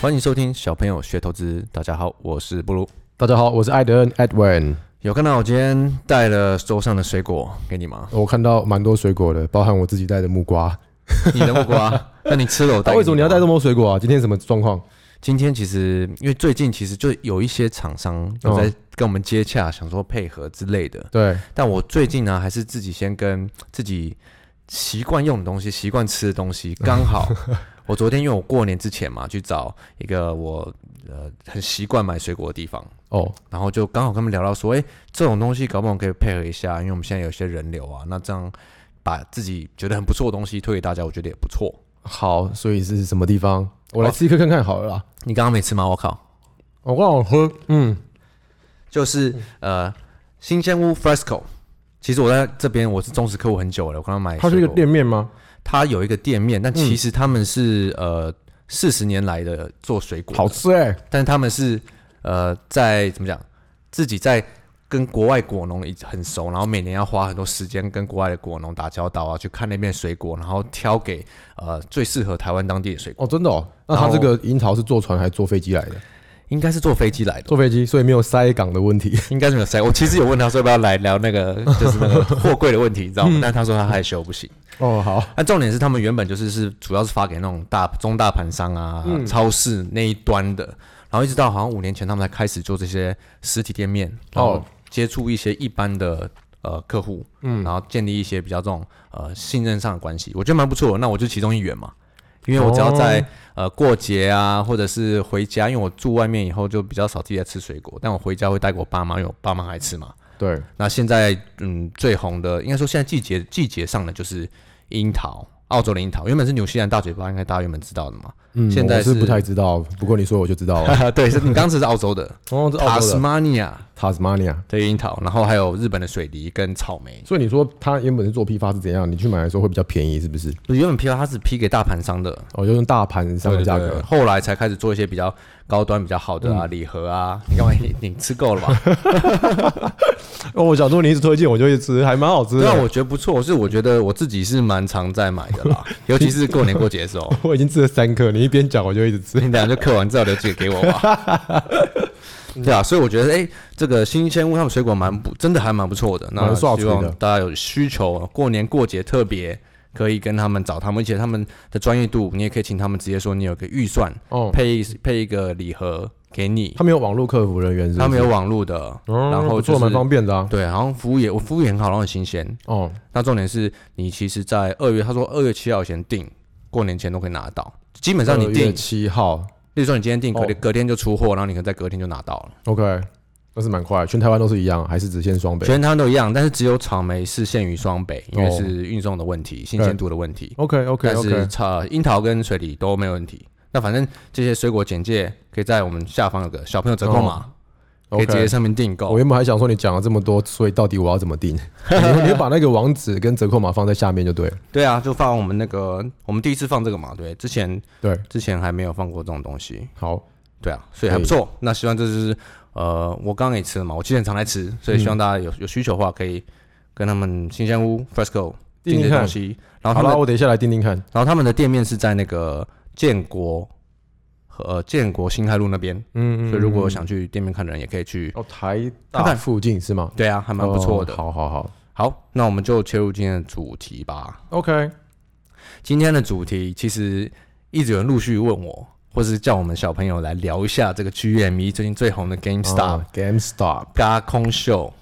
欢迎收听小朋友学投资。大家好，我是布鲁。大家好，我是艾德恩 Edwin。有看到我今天带了桌上的水果给你 吗？我看到蛮多水果的，包含我自己带的木瓜。你的木瓜？那你吃了我带那给哎为什么你要的带吗这么多水果啊？今天什么状况？今天其实因为最近其实就有一些厂商有在哦跟我们接洽，想说配合之类的。对，但我最近呢，还是自己先跟自己习惯用的东西、习惯吃的东 西，刚好我昨天因为我过年之前嘛，去找一个我呃很习惯买水果的地方，哦，然后就刚好跟他们聊到说，哎，这种东西搞不好可以配合一下，因为我们现在有些人流啊，那这样把自己觉得很不错的东西推给大家，我觉得也不错。好，所以是什么地方？我来吃一颗看看好了啦。你刚刚没吃吗？我靠，哦我刚好喝，嗯，就是呃新鲜屋 Fresco。其实我在这边我是忠实客户很久了，我跟他买。它是一个店，嗯面吗？它有一个店面，但其实他们是、呃四十年来的做水果的，好吃哎、但他们是呃在怎么讲，自己在跟国外果农已很熟，然后每年要花很多时间跟国外的果农打交道啊，去看那边水果，然后挑给呃最适合台湾当地的水果。哦，真的哦。那它然后这个樱桃是坐船还是坐飞机来的？应该是坐飞机来的，坐飞机，所以没有塞港的问题。应该是没有塞。我其实有问他说要不要来聊那个就是那个货柜的问题，你知道吗？但他说他害羞不行。 哦，好，那重点是他们原本就是是主要是发给那种大中大盘商啊、超市那一端的，然后一直到好像五年前他们才开始做这些实体店面，然后接触一些一般的呃客户，嗯，然后建立一些比较这种呃信任上的关系，我觉得蛮不错的。那我就其中一员嘛。因为我只要在、呃过节啊，或者是回家，因为我住外面以后就比较少自己在吃水果，但我回家会带给我爸妈，因为我爸妈爱吃嘛。对，那现在嗯最红的，应该说现在季节季节上的就是樱桃，澳洲的樱桃，原本是纽西兰大嘴巴，应该大家原本知道的嘛。嗯，现在我是是不太知道，不过你说我就知道 了。对，是你刚 吃是澳洲的，哦，这塔澳洲斯的马尼亚塔斯马尼亚。的樱桃，然后还有日本的水梨跟草莓。所以你说它原本是做批发是怎样？你去买的时候会比较便宜，是不是？原本批发它是批给大盘商的，哦，就用大盘商的价对对对格。后来才开始做一些比较高端、比较好的啊，礼盒啊。你干嘛？ 你你吃够了 吧？哦，我想说你一直推荐，我就一直吃，还蛮好吃对啊，的。我觉得不错，是我觉得我自己是蛮常在买的 啦，尤其是过年过节的时候。 我已经吃了三颗，你一边讲我就一直吃。你等下就刻完之后留几个给我吧。 对啊，所以我觉得，哎、这个新鲜物他们水果蛮不，真的还蛮不错的。那蛮爽希脆的望大家有需求，过年过节特别可以跟他们找他们，而且他们的专业度，你也可以请他们直接说你有个预算，哦，配配一个礼盒给你。他们有网络客服人员是不是？他们有网络的，哦，然后不就错，是蛮方便的啊。对，然后服务也我服务也很好，然后很新鲜。哦，那重点是你其实，在二月，他说二月七号以前订，过年前都可以拿到。基本上你2月订，七号例如说你今天订，隔哦天隔天就出货，然后你可能在隔天就拿到了。 ，OK，那是蛮快的，全台湾都是一样，啊还是只限双北全台湾都一样，但是只有草莓是限于双北，因为哦是运送的问题、新鲜度的问题。 ？OK OK 但是 OK，草樱桃跟水梨都没有问题。那反正这些水果简介可以在我们下方有个小朋友折扣码，可以直接上面订哦我购。原本还想说你讲了这么多，所以到底我要怎 么定？你会你会把那个网址跟折扣码放在下面就对了。对啊，就放我们那个，我们第一次放这个嘛，对，之前对，之前还没有放过这种东西，好，对啊，所以还不错。那希望这就是呃，我刚刚也吃了嘛，我之前常来吃，所嗯以希望大家有、有需求的话，可以跟他们新鲜屋 Fresco 订这订订些看东西，然后他好们啦，我等一下来订订看。然后他们的店面是在那个建国和呃建国新海路那边，嗯所以如果想去店面看的人也可以去。哦，台看大看附近是吗？对啊，还蛮不错的。哦好好好好，那我们就切入今天的主题吧。 ，OK，今天的主题其实一直有人陆续问我，或是叫我们小朋友来聊一下这个 GME 最近最红的 GameStop、哦 GameStop。嘎空秀，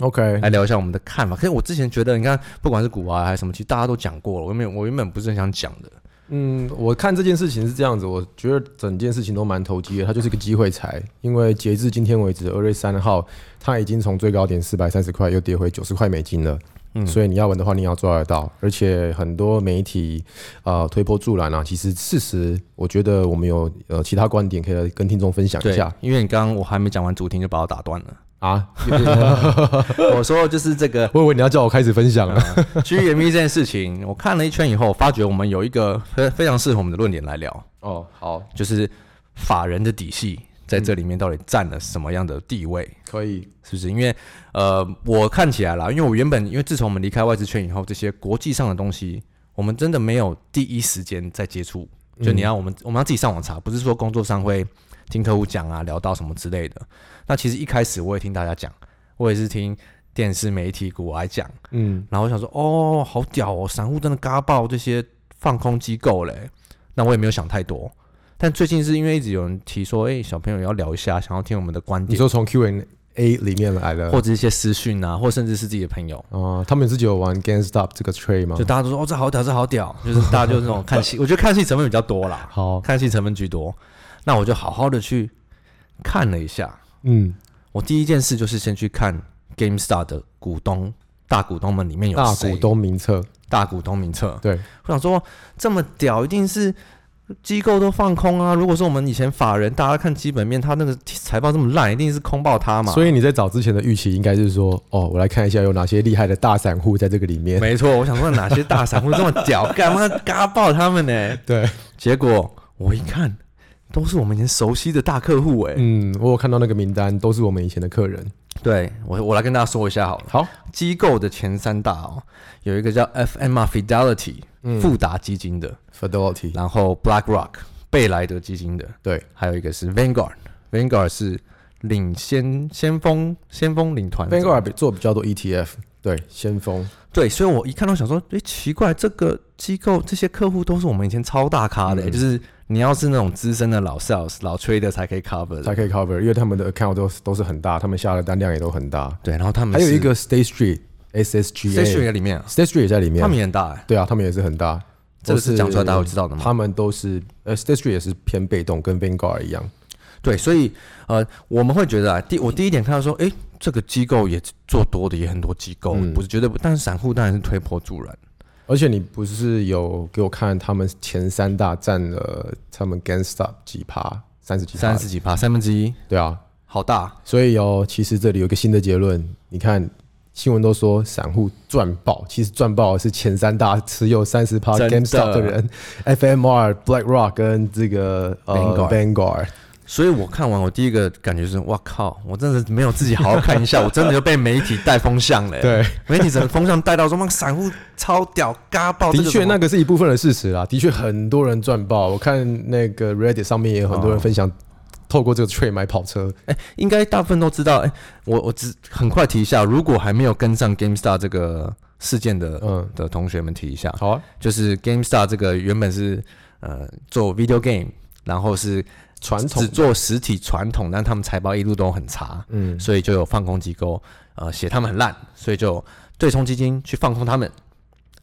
OK，来聊一下我们的看法。可是我之前觉得，你看不管是股啊还是什么，其实大家都讲过了。我原本我原本不是很想讲的。嗯，我看这件事情是这样子，我觉得整件事情都蛮投机的，它就是个机会财。因为截至今天为止，二月三号，它已经从最高点四百三十块又跌回九十块美金了。嗯所以你要玩的话，你也要抓得到。而且很多媒体呃推波助澜啊，其实事实我觉得我们有呃其他观点可以跟听众分享一对下，因为你刚刚我还没讲完主题，你就把我打断了。啊。 我说就是这个呃我以为你要叫我开始分享啊了， GME 这件事情，我看了一圈以后，发觉我们有一个非非常适合我们的论点来聊，哦，好，就是法人的底细在这里面到底占了什么样的地位，可以，是不是？因为呃，我看起来啦，因为我原本因为自从我们离开外资圈以后，这些国际上的东西，我们真的没有第一时间在接触就你要我们我们要自己上网查，不是说工作上会听客户讲啊，聊到什么之类的。那其实一开始我也听大家讲，我也是听电视媒体股来讲，嗯，然后我想说，哦，好屌哦，散户真的嘎爆这些放空机构嘞。那我也没有想太多。但最近是因为一直有人提说，哎、小朋友要聊一下，想要听我们的观你点，说从 Q&A 里面来的，或者一些私讯啊，或甚至是自己的朋友，哦，他们自己有玩 GameStop 这个 trade 吗就？大家都说，哦，这好屌，这好屌，就是大家就是那种 看戏，我觉得看戏成分比较多啦，好，看戏成分居多。那我就好好的去看了一下，嗯，我第一件事就是先去看 GameStar 的股东大股东们里面有大谁股东名册，大股东名册，对，我想说这么屌，一定是机构都放空啊！如果是我们以前法人，大家看基本面，他那个财报这么烂，一定是空爆他嘛。所以以你在找之前的预期应该是说，哦，我来看一下有哪些厉害的大散户在这个里面。没错，我想说哪些大散户这么屌，干嘛嘎爆他们呢？ 对，结果我一看，都是我们以前熟悉的大客户哎、嗯，我有看到那个名单，都是我们以前的客人。对我，我来跟大家说一下好了，好，机构的前三大哦，有一个叫 FMR Fidelity 嗯富达基金的， Fidelity，然后 BlackRock 贝莱德基金的，对，还有一个是 Vanguard，Vanguard 是领先先锋先锋领团 Vanguard 比做比较多 ETF，对，先锋，对，所以我一看到想说，诶，奇怪，这个机构这些客户都是我们以前超大咖的、就是你要是那种资深的老 sales 老 trader 才可以 cover 的，才可以 cover，因为他们的 account 都都是很大，他们下的单量也都很大。对，然后他们还有是一个 State Street SSGA。 session 也里面、啊， State Street 也在里面他，们也很大、欸，对啊，他们也是很大。这个是讲出来大家会道知道的嘛？他们都是呃，State Street 也是偏被动，跟 Vanguard 一样。对，所以呃，我们会觉得啊，第我第一点看到说，诶，这个机构也做多的也很多机构，不是绝对不，但是散户当然是推波助澜。而且你不是有给我看他们前三大占了他们 GameStop 几趴，三十几趴，三十几趴，三分之一，对啊。好大。所以哦，其实这里有一个新的结论，你看新闻都说散户赚爆，其实赚爆的是前三大持有三十趴真的 GameStop 的人，FMR、BlackRock 跟这个呃 Vanguard Vanguard 所以我看完，我第一个感觉是，哇靠，我真的是没有自己好好看一 下，我真的就被媒体带风向了、对，媒体整个风向带到说，妈散户超屌，嘎爆。哦的这个确，什么那个是一部分的事实啦。的确，很多人赚爆。我看那个 Reddit 上面也有很多人分享，透过这个 trade 买跑车。哎、应该大部分都知道。哎、我我只很快提一下，如果还没有跟上 GameStar 这个事件的、嗯的同学们提一下，好啊，就是 GameStar 这个原本是呃做 video game，然后是传统只做实体传统，但他们财报一路都很差，嗯嗯，所以就有放空机构，呃，写他们很烂，所以就有对冲基金去放空他们。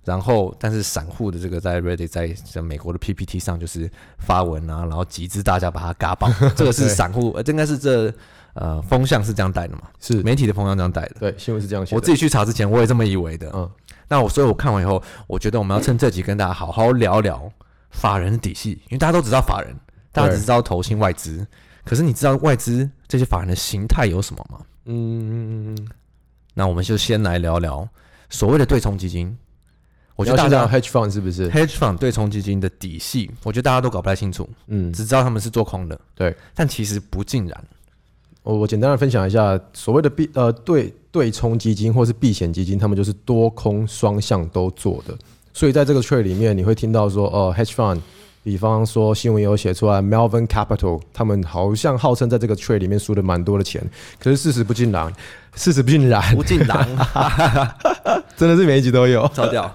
然后，但是散户的这个在 Reddit 在在美国的 PPT 上就是发文啊，然后集资大家把它嘎 爆，这个是对散户，呃，这应该是这呃风向是这样带的嘛？是媒体的风向这样带的。对新闻是这样写的。我自己去查之前，我也这么以为的。嗯嗯，那我所以，我看完以后，我觉得我们要趁这集跟大家好好聊聊法人的底细，因为大家都只知道法人，大家只知道投信外资，可是你知道外资这些法人的形态有什么吗？嗯嗯嗯嗯，那我们就先来聊聊所谓的对冲基金。我我觉得大现在家 hedge fund 是不是？ hedge fund 对冲基金的底细，我觉得大家都搞不太清楚，嗯，只知道他们是做空的，对。但其实不尽然。我我简单的分享一下，所谓的避呃对对冲基金或是避险基金，他们就是多空双向都做的。所以在这个 trade 里面，你会听到说，呃，hedge fund，比方说新闻有写出来，Melvin Capital，他们好像号称在这个 trade 里面输了蛮多的钱，可是事实不尽然，事实不尽然，不尽然， 真的是每一集都有。超屌。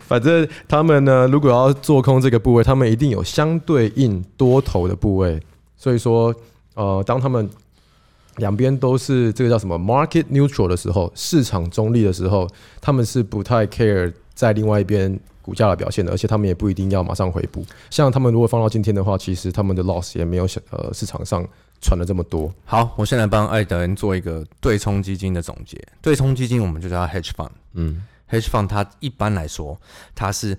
反正他们呢，如果要做空这个部位，他们一定有相对应多头的部位。所以说，呃，当他们两边都是这个叫什么 market neutral 的时候，市场中立的时候，他们是不太 care 在另外一边股价的表现的，而且他们也不一定要马上回补。像他们如果放到今天的话，其实他们的 loss 也没有想呃市场上传的这么多。好，我先来帮艾德恩做一个对冲基金的总结。对冲基金我们就叫它 hedge fund。嗯， hedge fund 它一般来说它是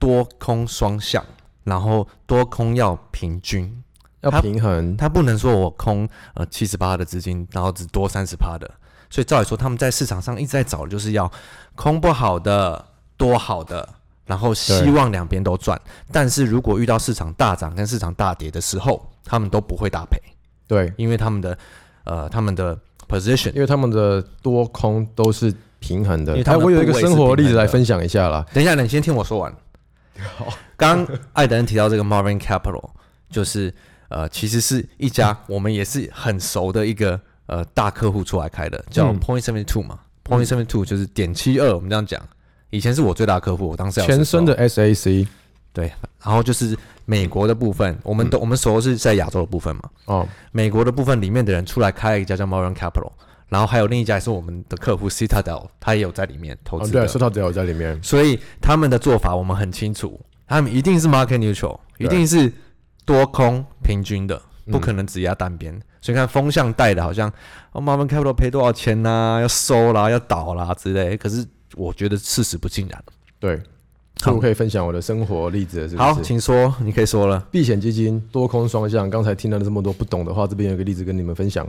多空双向，然后多空要平均，要它平衡，它不能说我空呃七十八的资金，然后只多三十趴的。所以照理说，他们在市场上一直在找，就是要空不好的，多好的，然后希望两边都赚。但是如果遇到市场大涨跟市场大跌的时候，他们都不会大赔，对，因为他们的呃他们的 position 因为他们的多空都是平衡的因为。他哎，们的我有一个部位是生活例平衡子的来分享一下啦。等一下，你先听我说完。好，刚刚艾德恩提到这个 Marvin Capital，就是呃，其实是一家我们也是很熟的一个呃大客户出来开的，叫嗯 Point Seventy Two 嘛、p o i n t Seventy Two 就是点七二，我们这样讲，以前是我最大的客户，我当时要前身的 SAC 对，然后就是美国的部分，我嗯们都、我们熟是在亚洲的部分嘛，哦，美国的部分里面的人出来开了一家叫 Marin Capital，然后还有另一家也是我们的客户 Citadel，他也有在里面投哦资的、对，社套只有在里面，所以他们的做法我们很清楚，他们一定是 market neutral，对一定是多空平均的，不可能只压单边。所以看风向带的，好像哦，Marvin Capital 赔多少钱呐、要收啦，要倒啦之类。可是我觉得事实不尽然。对，好所以我可以分享我的生活例子了，是不好，是？请说，你可以说了。避险基金多空双向，刚才听到了这么多不懂的话，这边有一个例子跟你们分享。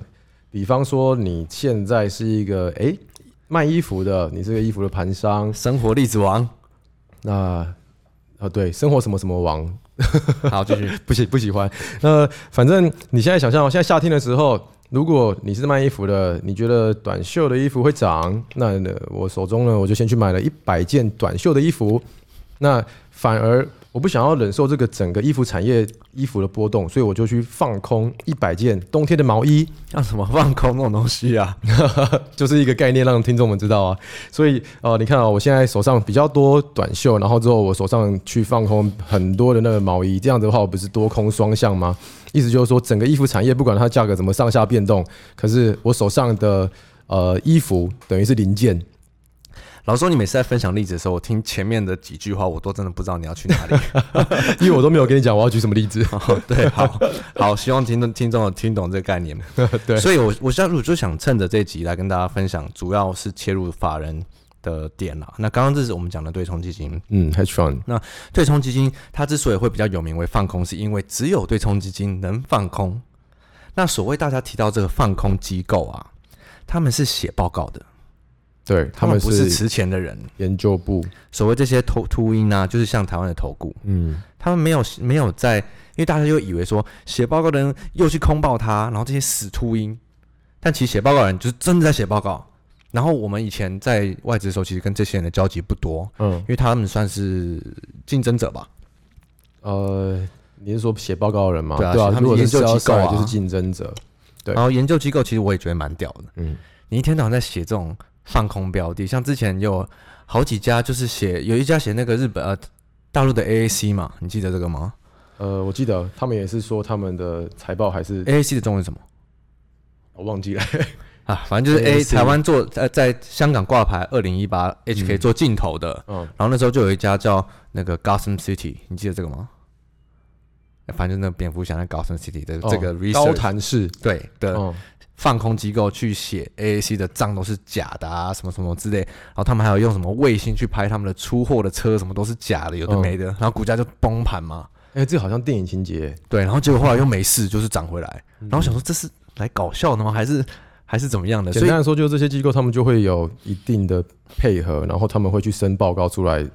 比方说，你现在是一个诶卖衣服的，你是个衣服的盘商，生活例子 王，那啊、对，生活什么什么王，好，继续。 不喜不喜欢。那反正你现在想象哦，现在夏天的时候，如果你是卖衣服的，你觉得短袖的衣服会涨，那呢我手中呢我就先去买了一百件短袖的衣服。那反而我不想要忍受这个整个衣服产业衣服的波动，所以我就去放空一百件冬天的毛衣。像什么放空那种东西啊？ 就是一个概念，让听众们知道啊。所以呃，你看啊、我现在手上比较多短袖，然后之后我手上去放空很多的那个毛衣，这样子的话，我不是多空双向吗？意思就是说，整个衣服产业不管它价格怎么上下变动，可是我手上的呃衣服等于是零件， 老实说，你每次在分享例子的时候，我听前面的几句话，我都真的不知道你要去哪里。因为我都没有跟你讲我要举什么例子。 哦，对，好 好，希望听众听众有听懂这个概念。对所以我我现在我就想趁着这集来跟大家分享，主要是切入法人的点啦。那刚刚这是我们讲的对冲基金，嗯，hedge fund，对冲基金它之所以会比较有名为放空，是因为只有对冲基金能放空。那所谓大家提到这个放空机构啊，他们是写报告的，对他们哦不是是持钱的人。研究部，所谓这些投秃鹰啊，就是像台湾的投顾，嗯，他们没有没有在，因为大家就以为说写报告的人又去空爆他，然后这些死秃鹰，但其实写报告的人就是真的在写报告。然后我们以前在外资的时候，其实跟这些人的交集不多，嗯因为他们算是竞争者吧。呃，你是说写报告的人吗？对啊对啊，他们如果是研究机构啊 sell side 就是竞争者，对然后研究机构其实我也觉得蛮屌的，嗯，你一天到晚在写这种放空标的，像之前有好几家就是写，有一家写那个日本呃大陆的 AAC 嘛，你记得这个吗呃，我记得他们也是说他们的财报还是、 ？AAC 的中文是什么？我 忘记了，啊，反正就是 A AAC 台湾做呃在香港挂牌二零一八 HK 做镜头的，嗯然后那时候就有一家叫那个 Gotham City，你记得这个吗？呃反正就是那个蝙蝠侠那 Gotham City 的这个哦 research、高谈式，对的嗯，放空机构去写 AAC 的账都是假的啊，什么什么之类，然后他们还有用什么卫星去拍他们的出货的车，什么都是假的，有的嗯没的，然后股价就崩盘嘛。哎、这好像电影情节，对，然后结果后来又没事，就是涨回来。嗯然后我想说这是来搞笑的吗？还是还是怎么样的？所简以单的说就是这些机构他们就会有一定的配合，然后他们会去申报告出来，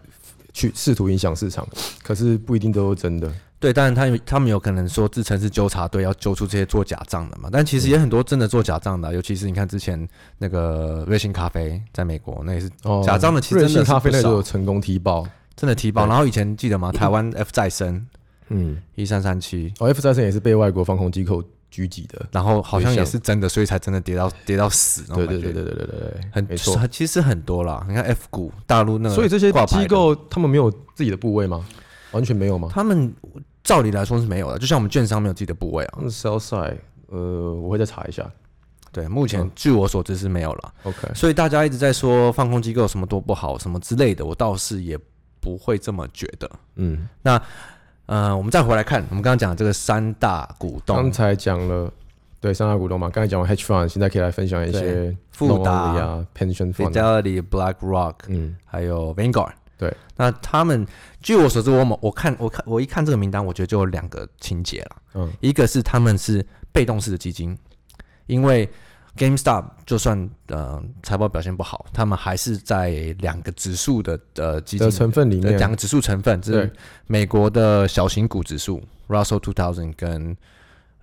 去试图影响市场，可是不一定都是真的，对，当然他有他们有可能说自称是纠察队，要揪出这些做假账的嘛。但其实嗯也很多真的做假账的啊、尤其是你看之前那个瑞幸咖啡在美国，那也是哦，假账的其实瑞真的幸是咖啡不那个少就有成功踢爆，真的踢爆。然后以前记得吗？台湾 F 再生嗯，一三三七，哦，F 三生也是被外国放空机构狙击的，然后好像对也像是真的，所以才真的跌到跌到死那种对感对觉。对对对对对对，很没错。其实很多啦。你看 F 股大陆那个，所以这些挂牌的机构他们没有自己的部位吗？完全没有吗？他们照理来说是没有的，就像我们券商没有自己的部位啊。嗯，sell side，呃，我会再查一下。对，目前嗯据我所知是没有了。 OK，所以大家一直在说放空机构什么多不好什么之类的，我倒是也不会这么觉得。嗯，呃，我们再回来看，我们刚刚讲的这个三大股刚东，才讲了对三大股东嘛，刚才讲完 hedge fund，现在可以来分享一些对富 long only 达、啊 pension fund，啊 Fidelity、BlackRock，嗯，还有 Vanguard。对，那他们据我所知，我某我看我看我一看这个名单，我觉得就有两个情节了。嗯，一个是他们是被动式的基金，因为 GameStop 就算呃财报表现不好，他们还是在两个指数的呃基金的成分里对，面两个指数成分，这是对美国的小型股指数 Russell Two Thousand 跟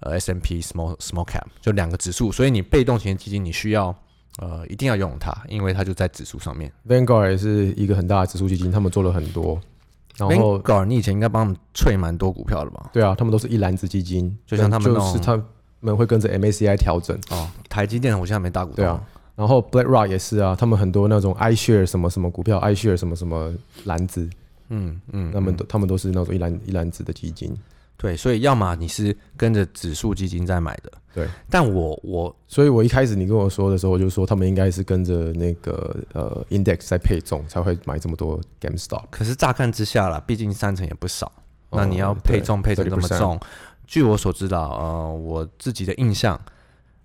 呃 S M P Small Small Cap 就两个指数，所以你被动型基金你需要呃一定要拥有它，因为它就在指数上面。 Vanguard 也是一个很大的指数基金，他们做了很多。然后 Vanguard，你以前应该帮他们萃蛮多股票的吧？对啊，他们都是一篮子基金，就像他们那就种是他们会跟着 MACI 调整，哦，台积电我现在没大股东。嗯对啊，。然后 BlackRock 也是啊，他们很多那种 iShare 什么什么股票，iShare 什么什么篮子，嗯嗯，他们都他们都是那种一篮一篮子的基金。对，所以要么你是跟着指数基金在买的，对，但我我所以我一开始你跟我说的时候，我就说他们应该是跟着那个呃 index 在配重，才会买这么多 GameStop。可是乍看之下啦，毕竟三成也不少，哦那你要配重对配成这么30%重，据我所知道，呃，我自己的印象，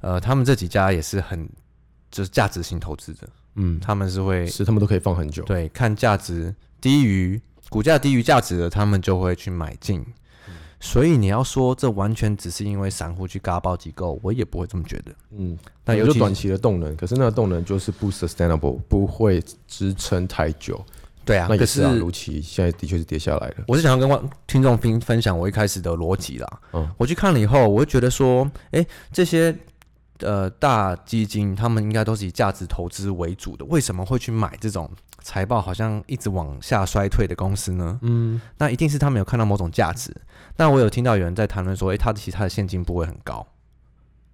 呃，他们这几家也是很就是价值型投资者，嗯，他们是会是他们哦都可以放很久。对看价值低于股价低于价值的，他们就会去买进。所以你要说这完全只是因为散户去嘎爆机构，我也不会这么觉得。嗯，那那尤其有就是短期的动能，可是那个动能就是不 sustainable，不会支撑太久。对啊，那也可是啊，卢奇现在的确是跌下来了。我是想要跟观听众分分享我一开始的逻辑啦。嗯我去看了以后，我会觉得说，哎、这些呃大基金他们应该都是以价值投资为主的，为什么会去买这种财报好像一直往下衰退的公司呢？嗯，那一定是他们有看到某种价值。那我有听到有人在谈论说，哎、他的其实他的现金部位很高，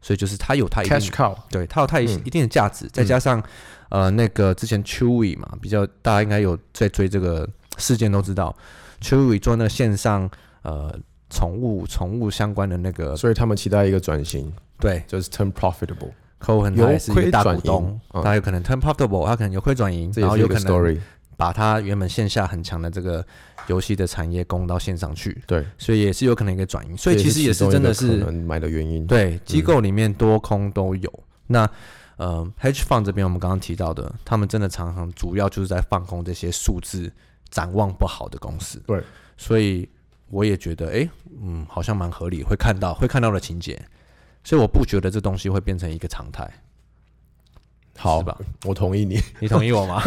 所以就是他有他一定 cash cow，对，它有它一嗯一定的价值，再加上、呃那个之前 Chewy 嘛，比较大家应该有在追这个事件都知道，Chewy 做那个线上呃宠物宠物相关的那个所以他们期待一个转型，对就是 turn profitable， Cohen 由他也是一个亏大转股东盈，嗯他有可能 turn profitable，他可能由亏转盈，这然也后是一有个可能 story。把他原本线下很强的这个游戏的产业供到线上去，对，所以也是有可能一个转移，所以这其实也其中是一真的个是可能买的原因。对，机构里面多空都有。嗯那呃，hedge fund 这边我们刚刚提到的，他们真的常常主要就是在放空这些数字展望不好的公司。对，所以我也觉得，诶，嗯，好像蛮合理，会看 到会看到的情节。所以我不觉得这东西会变成一个常态，好是吧？我同意 你。你同意我吗？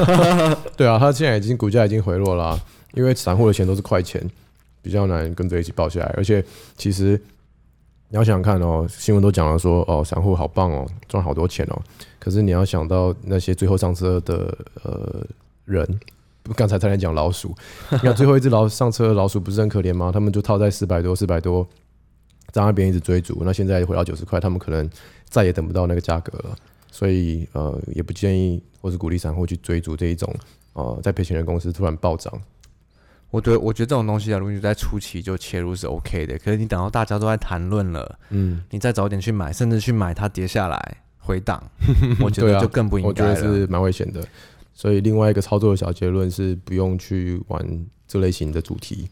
对啊，它现在已经股价已经回落了啊、因为散户的钱都是快钱，比较难跟着一起抱下来。而且其实你要想想看哦，新闻都讲了说哦，散户好棒哦，赚好多钱哦。可是你要想到那些最后上车的呃人，刚才差点讲老鼠，你看最后一只老上车的老鼠不是很可怜吗？他们就套在四百多、四百多，在那边一直追逐。那现在回到九十块，他们可能再也等不到那个价格了。所以呃，也不建议或是鼓励散户去追逐这一种呃在赔钱的公司突然暴涨。 我觉得，我觉得这种东西啊，如果你在初期就切入是 OK 的，可是你等到大家都在谈论了，嗯，你再早点去买，甚至去买它跌下来回 档，我觉对得啊就更不应我该觉了。得是蛮危险的。所以另外一个操作的小结论是，不用去玩这类型的主题，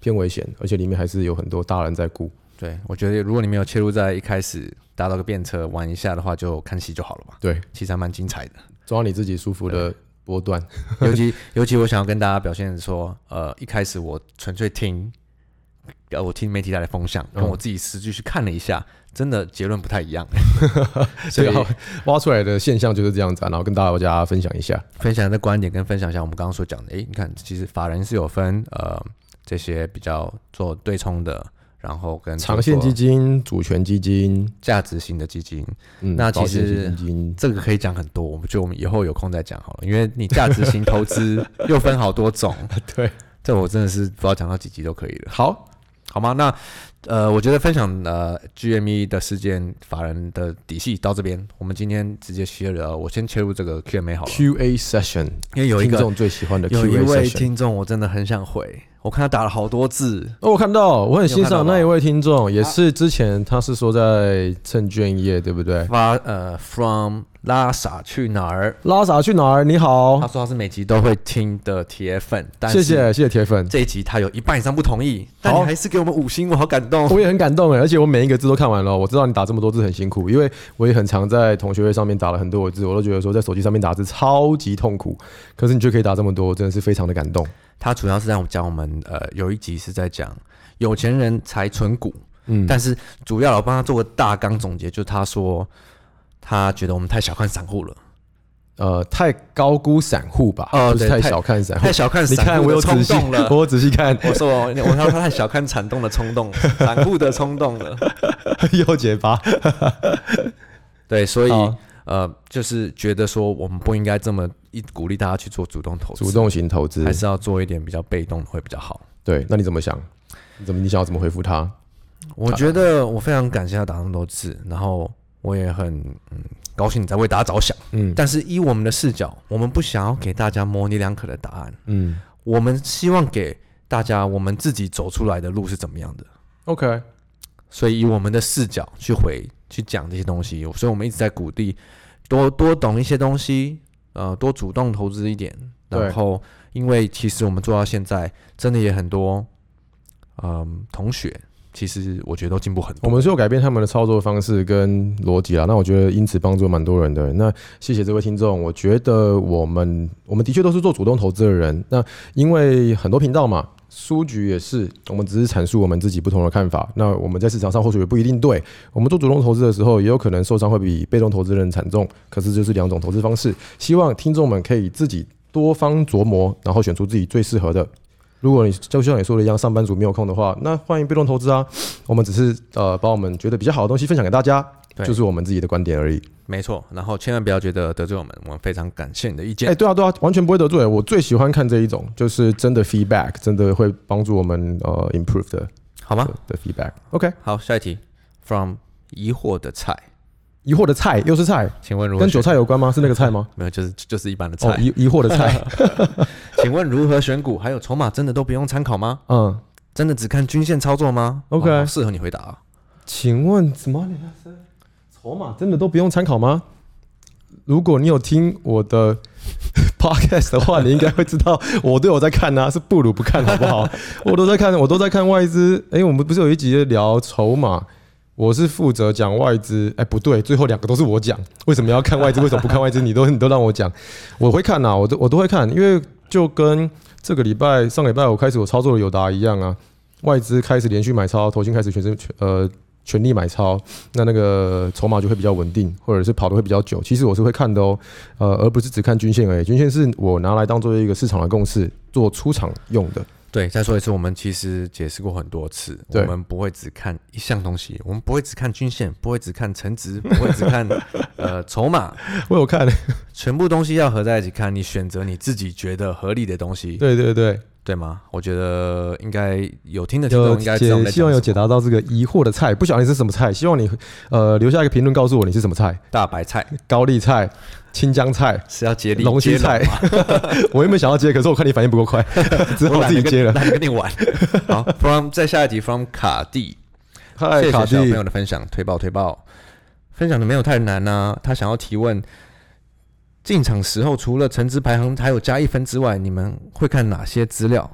偏危险，而且里面还是有很多大人在顾。对，我觉得如果你没有切入在一开始搭到个便车玩一下的话，就看戏就好了吧。对，其实还蛮精彩 的，抓你自己舒服的波段。尤其尤其我想要跟大家表现说，呃，一开始我纯粹听，呃，我听媒体带来风向，嗯跟我自己实际去看了一下，真的结论不太一样。 所所以以啊挖出来的现象就是这样子、啊，然后跟大家分享一下。分享的观点跟分享一下我们刚刚所讲的，诶，你看，其实法人是有分呃这些比较做对冲的，然后跟长线做基金、主权基金，价值型的基金，嗯，那其保险实基金，这个可以讲很多，我们就我们以后有空再讲好了，因为你价值型投资又分好多 种，对，这我真的是不知道讲到几集都可以了，好，好吗？那呃，我觉得分享呃 GME 的事件、法人的底细到这边，我们今天直接切入了，呃我先切入这个 Q&A 好了， Q&A session，因为有一听个众最喜欢的有 Q&A 一 session。位听众我真的很想回，我看他打了好多字，哦，我看到，我很欣你有看到赏吗那一位听众，也是之前他是说在证券业，对不对？发呃 from 拉萨去哪儿？拉萨去哪儿？你他好，说他是每集都会听的铁粉，但谢是谢谢谢铁 粉，这一集他有一半以上不同意，但你好还是给我们五星，我好感动。我也很感动哎，而且我每一个字都看完了，我知道你打这么多字很辛苦，因为我也很常在同学会上面打了很多的字，我都觉得说在手机上面打字超级痛苦，可是你却可以打这么多，我真的是非常的感动。他主要是在我们讲我们呃有一集是在讲有钱人才存股，嗯，但是主要我帮他做个大纲总结，就是他说他觉得我们太小看散 户了，呃，太高估散户吧，哦不是对太太小看散户太。小看你散看，户我的有仔冲细动，了。我有仔细看， 我说我我说他太小看闪动的冲 动了，散户的冲动了。又结巴。对，所以好呃，就是觉得说我们不应该这么一鼓励大家去做主动投资，主动型投资还是要做一点比较被动的会比较好。对，那你怎么想？你怎么你想要怎么回复他？我觉得我非常感谢他打那么多字，然后我也很嗯高兴你在为大家着想。嗯但是以我们的视角，我们不想要给大家模棱两可的答案，嗯我们希望给大家我们自己走出来的路是怎么样的。 ，OK，所以以我们的视角去回去讲这些东西，所以我们一直在鼓励多多懂一些东西，呃，多主动投资一点。对然后，因为其实我们做到现在，真的也很多，嗯，同学其实我觉得都进步很我多。们是有改变他们的操作方式跟逻辑啦。那我觉得因此帮助蛮多人的。那谢谢这位听众，我觉得我们我们的确都是做主动投资的人。那因为很多频道嘛。书局也是，我们只是阐述我们自己不同的看法。那我们在市场上或许也不一定对。我们做主动投资的时候，也有可能受伤会比被动投资人惨重。可是这是两种投资方式，希望听众们可以自己多方琢磨，然后选出自己最适合的。如果你就像你说的一样，上班族没有空的话，那欢迎被动投资啊。我们只是呃把我们觉得比较好的东西分享给大家，对就是我们自己的观点而已。没错，然后千万不要觉得得罪我们，我们非常感谢你的意哎、见。对啊，对啊，完全不会得罪。我最喜欢看这一种，就是真的 feedback，真的会帮助我们呃 improve 的好吗的？的 feedback。OK，好，下一题，from 疑惑的菜，疑惑的菜又是菜，请问如何跟选韭菜有关吗？是那个菜吗？没有，就是就是一般的菜。哦，疑疑惑的 菜，请问如何选股？还有筹码真的都不用参考吗？嗯，真的只看均线操作吗 OK 哇好适合你回答啊。请问怎么筹码真的都不用参考吗？如果你有听我的 podcast 的话，你应该会知道我都有在看啊，是不如不看好不好？我都在看，我都在看外资。哎、我们不是有一集在聊筹码？我是负责讲外资，哎、不对，最后两个都是我讲。为什么要看外资？为什么不看外资？你都你都让我讲，我会看呐、啊我都我都会看，因为就跟这个礼拜上个礼拜我开始我操作的友达一样啊，外资开始连续买超，投信开始全身全呃全力买超，那那个筹码就会比较稳定，或者是跑的会比较久。其实我是会看的哦，呃，而不是只看均线而已。均线是我拿来当做一个市场的共识，做出场用 的。对，再说一次，我们其实解释过很多次，我对们不会只看一项东西，我们不会只看均线，不会只看成值，不会只 看呃筹码，我有看，全部东西要合在一起看。你选择你自己觉得合理的东西，对对对，对吗？我觉得应该有听的听有众应该知道我解，们在希望有讲什解么。答到这个疑惑的菜，不晓得你是什么菜，希望你呃留下一个评论告诉我你是什么菜，大白 菜高丽菜、青江菜、是要接力龙须接菜 龙吗，我原本想要接，可是我看你反应不够 快，只我好自己接了。懒得跟懒得跟你 玩。好，from 再下一题 from 卡蒂，嗨，谢谢哎卡小蒂，朋友的分享，推爆推爆，分享的没有太难呐、他想要提问，进场时候除了成值排行还有加一分之外，你们会看哪些资料？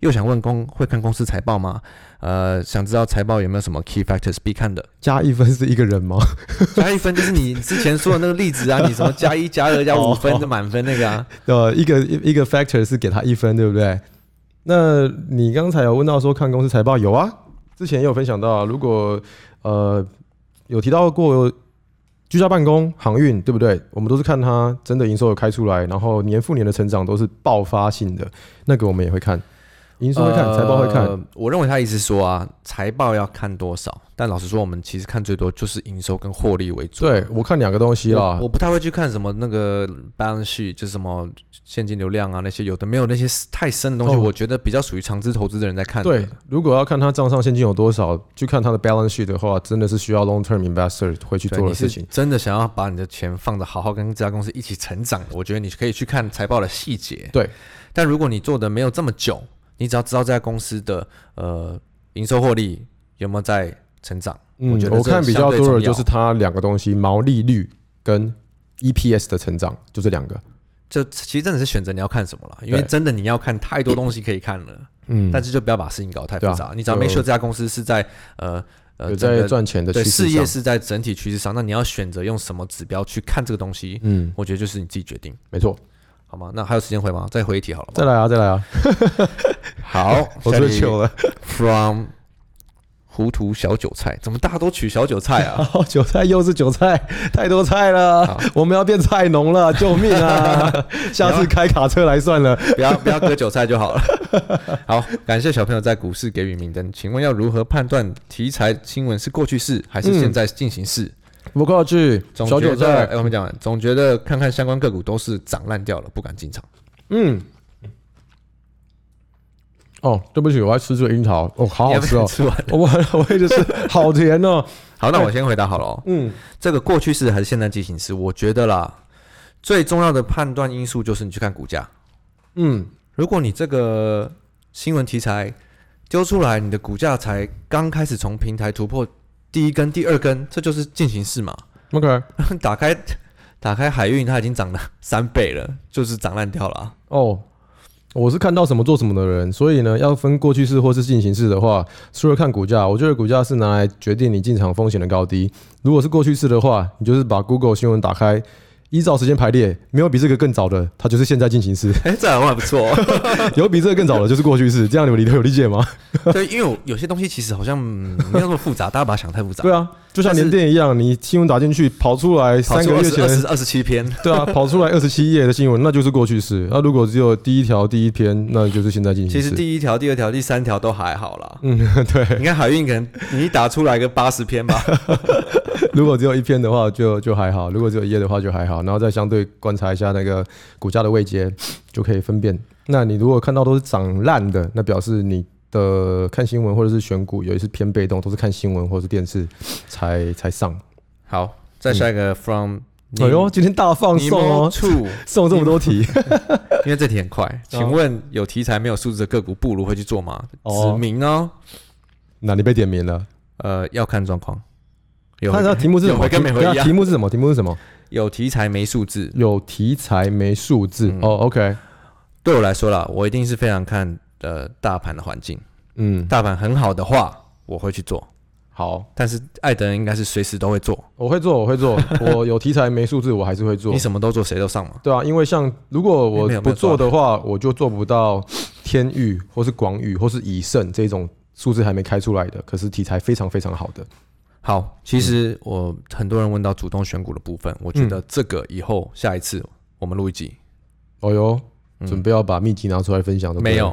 又想问公会看公司财报吗？呃，想知道财报有没有什么 key factors 必看的？加一分是一个人吗？加一分就是你之前说的那个例子啊， 你什么加一加二加五分的满分那个啊？呃，一个一一个 factor 是给他一分，对不对？那你刚才有问到说看公司财报，有啊，之前也有分享到啊，如果呃有提到过居家办公、航运，对不对？我们都是看它真的营收有开出来，然后年复年的成长都是爆发性的，那个我们也会看，营收会看，财报会看，呃我认为他意思是说啊，财报要看多少，但老实说，我们其实看最多就是营收跟获利为主。对我看两个东西啦我，我不太会去看什么那个 balance sheet，就是什么现金流量啊那些有的没有那些太深的东西，哦我觉得比较属于长资投资的人在看的。对，如果要看它账上现金有多少，去看它的 balance sheet 的话，真的是需要 long term investor 会去对，做你的是事情。真的想要把你的钱放的好好跟这家公司一起成长的，我觉得你可以去看财报的细节。对，但如果你做的没有这么久，你只要知道这家公司的呃营收获利有没有在成长，我觉得嗯我这看比相较对多的重要就是它两个东西，毛利率跟 EPS 的成长，就这两个。就其实真的是选择你要看什么了，因为对真的你要看太多东西可以看了。嗯但是就不要把事情搞得太复对杂。啊你只要 make sure 就这家公司是在呃呃有整在个赚钱的对趋势事业上，是在整体趋势上，那你要选择用什么指标去看这个东西，嗯，我觉得就是你自己决定，没错。好吗？那还有时间回吗？再回一题好了吧。再来啊，再来 啊，，好我下一最题糗了， from 糊涂小韭菜，怎么大家都取小韭菜啊？好哦韭菜又是韭菜，太多菜了好，我们要变菜 农了，救命啊！下次开卡车来算了。不要不要割韭菜就好了。 好，感谢小朋友在股市给予明灯。请问要如何判断题材新闻是过去式还是嗯现在进行式？不过去总小觉韭得，哎、菜，我们讲完，总觉得看看相关个股都是涨烂掉了，不敢进场。嗯，哦，对不起，我要吃这个樱桃，哦，好你好要不吃要哦，吃完。我我也就是好甜哦，好，那我先回答好了、哦。嗯，这个过去式还是现在进行时，我觉得啦，最重要的判断因素就是你去看股价。嗯，如果你这个新闻题材丢出来，你的股价才刚开始从平台突破第一根、第二根，这就是进行式嘛。 OK， 打开打开海运，它已经涨了 三倍了，就是涨烂掉了 啊。哦，我是看到什么做什么的人，所以呢，要分过去式或是进行式的话，除了看股价，我觉得股价是拿来决定你进场风险的高低。如果是过去式的话，你就是把 Google 新闻打开，依照时间排列，没有比这个更早的，它就是现在进 行式；哎、这好像还不错、哦。有比这个更早的，就是过去式。这样你们理 有理解吗？ 对，因为我有些东西其实好像、嗯没有那么复杂，大家把它想太复杂。对啊，就像但是连电一样，你新闻打进去，跑出来跑三出个二月十二前。十二十七篇，对啊，跑出来二十七页的新闻，那就是过去式。那、如果只有第一条、第一篇，那就是现在进行其式。实第一条、第二条、第三条都还好啦。嗯， 对。你看海运可能你一打出来个八十篇 吧，如果只有一篇的话就，就还好；如果只有一页的话，就还好。然后再相对观察一下那个股价的位阶，就可以分辨。那你如果看到都是涨烂的，那表示你的看新闻或者是选股，有一是偏被动，都是看新闻或者是电视才才上。好，再下一个 from 哎呦，今天大放送 哦，处，送这么多题，因为这题很快。请问有题材没有数字的个股，不如会去做吗？哦指明哦，那你被点名了。呃，要看状况。有看一下题目是什有么？回跟没回等一一下样题。目是什么？题目是什么？有题材没数字，有题材没数 字嗯哦。OK，对我来说啦，我一定是非常看呃大盘的环境。嗯，大盘很好的话，我会去做。好，但是艾德应该是随时都会做，我会做，我会做。我有题材没数字，我还是会做你。什么都做，谁都上嘛。对啊，因为像如果我没有没不有做的话，我就做不到天域或是广域或是以盛这种数字还没开出来的，可是题材非常非常好的。好，其实我很多人问到主动选股的部分，我觉得这个以后下一次我们录一集哦哟，嗯准备要把秘籍拿出来分享的没有？，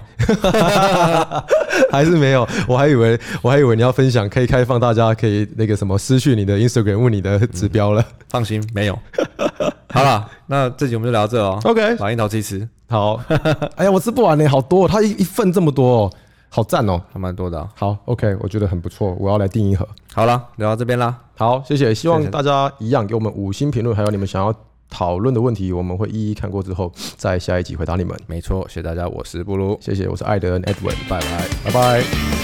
还是没有？我还以为我还以为你要分享，可以开放大家可以那个什么私讯你的 Instagram 问你的指标了。放心，没有。 好了，那这集我们就聊到这哦。 OK，把樱桃自己吃， 好。哎呀，我吃不完呢，好多、哦，它一一份这么多、哦，好赞哦。还蛮多的哦、好，OK，我觉得很不错，我要来订一盒。好了，聊到这边啦。好，谢谢，希谢望谢大家一样给我们五星评论，还有你们想要讨论的问题，我们会一一看过之后，在下一集回答你们。没错，谢谢大家，我是布鲁，谢谢，我是艾德恩 Edwin，拜拜。拜拜。